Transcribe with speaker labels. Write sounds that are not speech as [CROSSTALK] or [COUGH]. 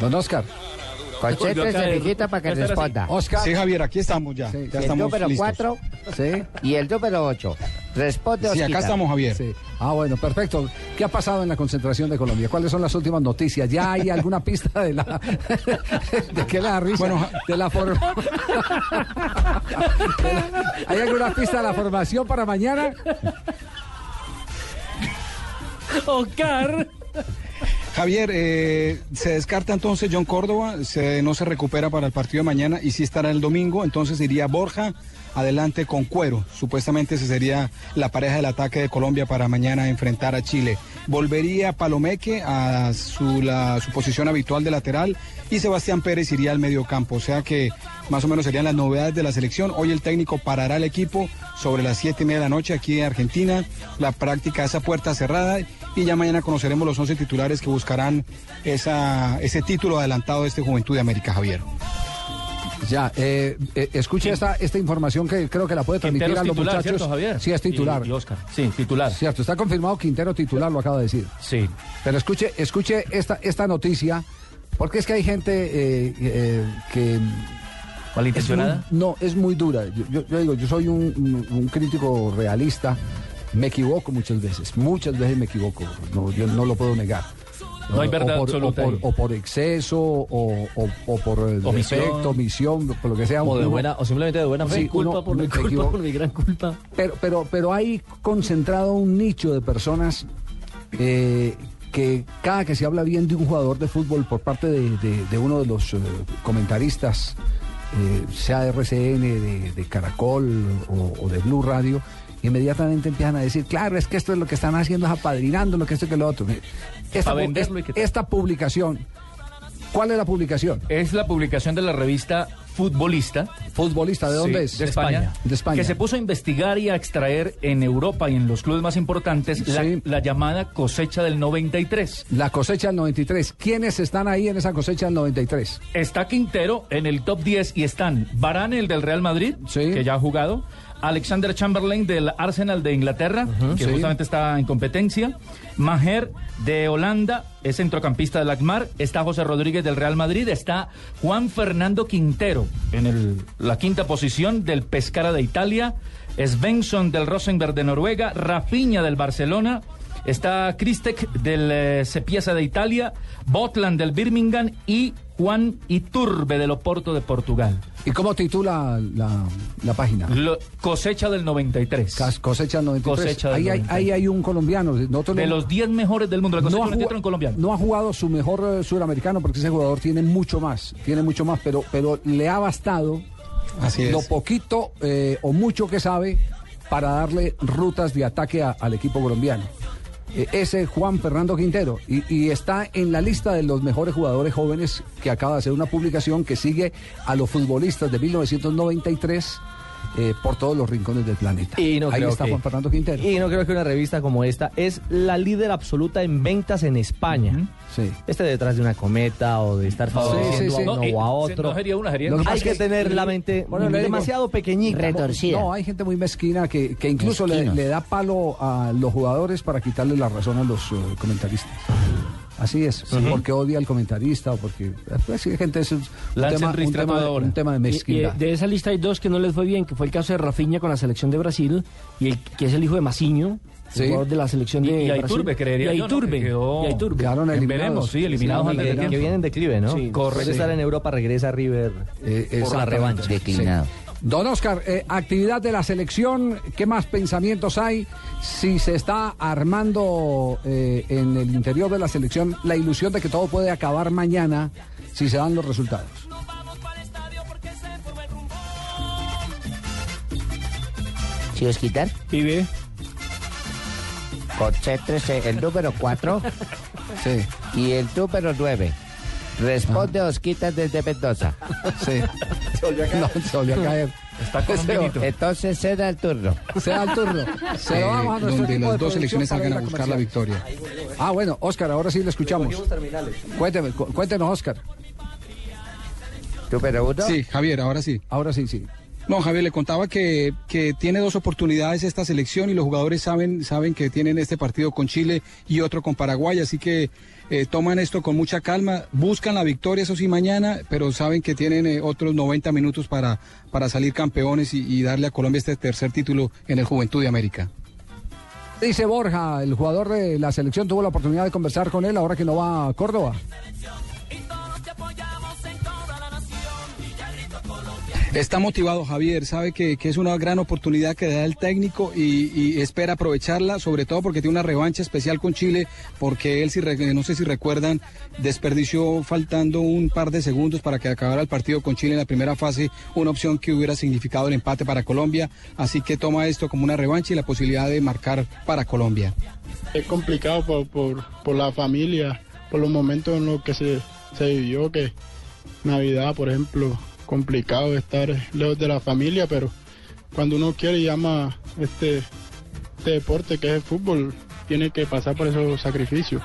Speaker 1: Don Oscar.
Speaker 2: Concentre
Speaker 3: acá de-
Speaker 2: cerillita para que
Speaker 3: estar así.
Speaker 2: responda.
Speaker 1: Oscar.
Speaker 4: Sí, Javier, aquí estamos ya.
Speaker 1: Sí,
Speaker 4: ya
Speaker 2: el
Speaker 4: estamos
Speaker 2: número
Speaker 4: listos.
Speaker 2: 4
Speaker 1: Sí.
Speaker 2: y el número 8. Responde
Speaker 4: Sí, acá
Speaker 2: Osquita.
Speaker 4: estamos, Javier.
Speaker 1: Sí. Ah, bueno, perfecto. ¿Qué ha pasado en la concentración de Colombia? ¿Cuáles son las últimas noticias? ¿Ya hay alguna pista de la... [LAUGHS] ¿De qué le da risa?
Speaker 4: Bueno,
Speaker 1: de la forma... [LAUGHS] ¿Hay alguna pista de la formación para mañana?
Speaker 3: Oscar.
Speaker 4: Javier, eh, se descarta entonces John Córdoba, se- no se recupera para el partido de mañana y sí estará el domingo, entonces iría Borja adelante con Cuero. Supuestamente esa sería la pareja del ataque de Colombia para mañana enfrentar a Chile. Volvería Palomeque a su, la- su posición habitual de lateral y Sebastián Pérez iría al mediocampo, o sea que más o menos serían las novedades de la selección. Hoy el técnico parará el equipo sobre las 7 y media de la noche aquí en Argentina. La práctica es a puerta cerrada y ya mañana conoceremos los 11 titulares que buscarán esa, ese título adelantado de este Juventud de América, Javier.
Speaker 1: Ya, eh, eh, escuche esta, esta información que creo que la puede transmitir
Speaker 3: Quintero
Speaker 1: a
Speaker 3: es
Speaker 1: los
Speaker 3: titular,
Speaker 1: muchachos.
Speaker 3: ¿cierto, Javier?
Speaker 1: Sí, es titular.
Speaker 3: Y, y Oscar. Sí, titular.
Speaker 1: Cierto, está confirmado Quintero titular, lo acaba de decir.
Speaker 3: Sí.
Speaker 1: Pero escuche, escuche esta, esta noticia, porque es que hay gente eh, eh, que es muy-
Speaker 3: ¿Malintencionada?
Speaker 1: no, es muy dura. Yo, yo- yo digo, yo soy un, un- un crítico realista. Me equivoco muchas veces, muchas veces me equivoco. No, yo no lo puedo negar.
Speaker 3: No hay
Speaker 1: O-
Speaker 3: verdad
Speaker 1: o por,
Speaker 3: absoluta
Speaker 1: O por,
Speaker 3: ahí.
Speaker 1: o por exceso, o, o- o por eh,
Speaker 3: Omisión.
Speaker 1: defecto, omisión, por lo que sea.
Speaker 5: O, de
Speaker 1: uno-
Speaker 5: buena, o simplemente de buena fe.
Speaker 1: Sí,
Speaker 5: culpa
Speaker 1: uno-
Speaker 5: por mi
Speaker 1: uno
Speaker 5: culpa,
Speaker 1: equivo-
Speaker 5: por mi gran culpa.
Speaker 1: Pero, pero, pero hay concentrado un nicho de personas eh, que cada que se habla bien de un jugador de fútbol por parte de, de- de uno de los eh, comentaristas, eh, sea de RCN, de, de Caracol o, o de Blue Radio, inmediatamente empiezan a decir, claro, es que esto es lo que están haciendo, es apadrinando, lo que esto y que lo otro. Esta,
Speaker 3: Pa' venderlo y
Speaker 1: esta-
Speaker 3: qué tal.
Speaker 1: esta publicación, ¿cuál es la publicación?
Speaker 3: Es la publicación de la revista Futbolista.
Speaker 1: Futbolista, ¿de dónde
Speaker 3: Sí,
Speaker 1: es?
Speaker 3: De España.
Speaker 1: De España.
Speaker 3: Que se puso a investigar y a extraer en Europa y en los clubes más importantes
Speaker 1: Sí.
Speaker 3: la, la llamada cosecha del 93.
Speaker 1: La cosecha del 93. ¿Quiénes están ahí en esa cosecha del 93?
Speaker 3: Está Quintero en el top 10 y están Barán, el del Real Madrid,
Speaker 1: Sí.
Speaker 3: que ya ha jugado, Alexander Chamberlain del Arsenal de Inglaterra, que
Speaker 1: sí.
Speaker 3: justamente está en competencia, Maher de Holanda, es centrocampista del ACMAR, está José Rodríguez del Real Madrid, está Juan Fernando Quintero en el- la quinta posición del Pescara de Italia, Svensson del Rosenberg de Noruega, Rafinha del Barcelona, Está Kristec del eh, Sepieza de Italia, Botland del Birmingham y Juan Iturbe del Oporto de Portugal.
Speaker 1: ¿Y cómo titula la, la página?
Speaker 3: Lo- cosecha del 93.
Speaker 1: Cas- Cosecha del 93.
Speaker 3: Cosecha del
Speaker 1: ahí, hay-
Speaker 3: 93.
Speaker 1: ahí hay un colombiano. Nosotros
Speaker 3: de
Speaker 1: lo-
Speaker 3: los 10 mejores del mundo. La cosecha
Speaker 1: no, ha
Speaker 3: del 93
Speaker 1: jugado,
Speaker 3: en colombiano.
Speaker 1: no ha jugado su mejor eh, suramericano porque ese jugador tiene mucho más. Tiene mucho más, pero, pero le ha bastado
Speaker 4: Así es.
Speaker 1: lo poquito eh, o mucho que sabe para darle rutas de ataque a- al equipo colombiano. Eh, Ese Juan Fernando Quintero y, y está en la lista de los mejores jugadores jóvenes que acaba de hacer una publicación que sigue a los futbolistas de 1993 eh, por todos los rincones del planeta.
Speaker 5: Y no
Speaker 1: Ahí
Speaker 5: creo
Speaker 1: está
Speaker 5: que-
Speaker 1: Juan Fernando Quintero.
Speaker 5: Y no creo que una revista como esta es la líder absoluta en ventas en España.
Speaker 3: Ujú.
Speaker 1: Sí.
Speaker 5: Este detrás de una cometa o de estar favoreciendo
Speaker 1: sí, sí.
Speaker 5: a uno
Speaker 3: eh,
Speaker 5: o a
Speaker 3: se-
Speaker 5: otro.
Speaker 3: No sería una, sería
Speaker 1: Lo que
Speaker 3: otra.
Speaker 1: pasa
Speaker 5: Hay
Speaker 1: es
Speaker 5: que tener la mente
Speaker 1: Bueno, le digo-
Speaker 5: demasiado pequeñita.
Speaker 2: Retorcida.
Speaker 1: No, hay gente muy mezquina que, que incluso le,
Speaker 2: Mezquinos.
Speaker 1: le da palo a los jugadores para quitarle la razón a los eh, comentaristas. Así es, porque odia al comentarista o porque... Pues, sí, gente, eso es un
Speaker 3: Lanza
Speaker 1: tema,
Speaker 3: el
Speaker 1: un,
Speaker 3: ristrato
Speaker 1: tema, de-
Speaker 3: ahora.
Speaker 1: un tema de
Speaker 6: Y- y, eh,
Speaker 1: mezquindad.
Speaker 6: de esa lista hay dos que no les fue bien, que fue el caso de Rafinha con la selección de Brasil, y el que es el hijo de Maciño,
Speaker 1: Sí.
Speaker 6: el jugador de la selección
Speaker 3: Y-
Speaker 6: de
Speaker 3: y a
Speaker 6: Brasil.
Speaker 3: Iturbe, creería
Speaker 6: y
Speaker 3: yo,
Speaker 6: a
Speaker 3: ¿no?
Speaker 6: Iturbe,
Speaker 3: Que quedó-
Speaker 6: y a Iturbe.
Speaker 1: Quedaron eliminados.
Speaker 3: Veremos, sí, eliminados
Speaker 5: Sí,
Speaker 3: antes de
Speaker 5: que, que
Speaker 3: tiempo.
Speaker 5: vienen en declive, ¿no?
Speaker 6: Sí.
Speaker 3: Correcto.
Speaker 5: Después de estar en Europa, regresa a
Speaker 1: Eh,
Speaker 5: River por la
Speaker 1: exactamente.
Speaker 5: revancha.
Speaker 2: Declinado.
Speaker 1: Sí. Don Oscar, eh, actividad de la selección, ¿qué más pensamientos hay? Si se está armando eh, en el interior de la selección la ilusión de que todo puede acabar mañana si se dan los resultados.
Speaker 2: ¿Sí os quitan?
Speaker 6: Pibe.
Speaker 2: Concéntrese el número 4
Speaker 1: Sí,
Speaker 2: y el número 9. Responde Osquita desde
Speaker 4: [LAUGHS]
Speaker 2: Mendoza.
Speaker 1: sí. [LAUGHS] Se volvió a caer. No, se volvió a caer.
Speaker 3: Está con un vinito.
Speaker 2: Entonces ceda el turno.
Speaker 1: Se da el [LAUGHS] turno. Eh, Se lo damos a nuestro
Speaker 4: Eh, donde
Speaker 1: equipo
Speaker 4: las
Speaker 1: de
Speaker 4: dos
Speaker 1: producción
Speaker 4: selecciones
Speaker 1: para
Speaker 4: salgan
Speaker 1: ir
Speaker 4: a buscar la
Speaker 1: comercial.
Speaker 4: victoria.
Speaker 1: Ah, bueno, Oscar, ahora sí le escuchamos. Cuénteme, cu- cuéntenos, Oscar.
Speaker 2: Número 1.
Speaker 4: Sí, Javier, ahora sí.
Speaker 1: Ahora sí, sí.
Speaker 4: No, Javier, le contaba que, que tiene dos oportunidades esta selección y los jugadores saben, saben que tienen este partido con Chile y otro con Paraguay, así que eh, toman esto con mucha calma, buscan la victoria, eso sí, mañana, pero saben que tienen eh, otros 90 minutos para, para salir campeones y, y darle a Colombia este tercer título en el Juventud de América.
Speaker 1: Dice Borja, el jugador de la selección tuvo la oportunidad de conversar con él ahora que no va a Córdoba.
Speaker 4: Está motivado Javier, sabe que, que es una gran oportunidad que da el técnico y, y espera aprovecharla, sobre todo porque tiene una revancha especial con Chile, porque él, si re- no sé si recuerdan, desperdició faltando un par de segundos para que acabara el partido con Chile en la primera fase, una opción que hubiera significado el empate para Colombia, así que toma esto como una revancha y la posibilidad de marcar para Colombia.
Speaker 7: Es complicado por, por, por la familia, por los momentos en los que se, se vivió, que Navidad, por ejemplo, complicado estar lejos de la familia, pero cuando uno quiere y ama este, este deporte que es el fútbol, tiene que pasar por esos sacrificios.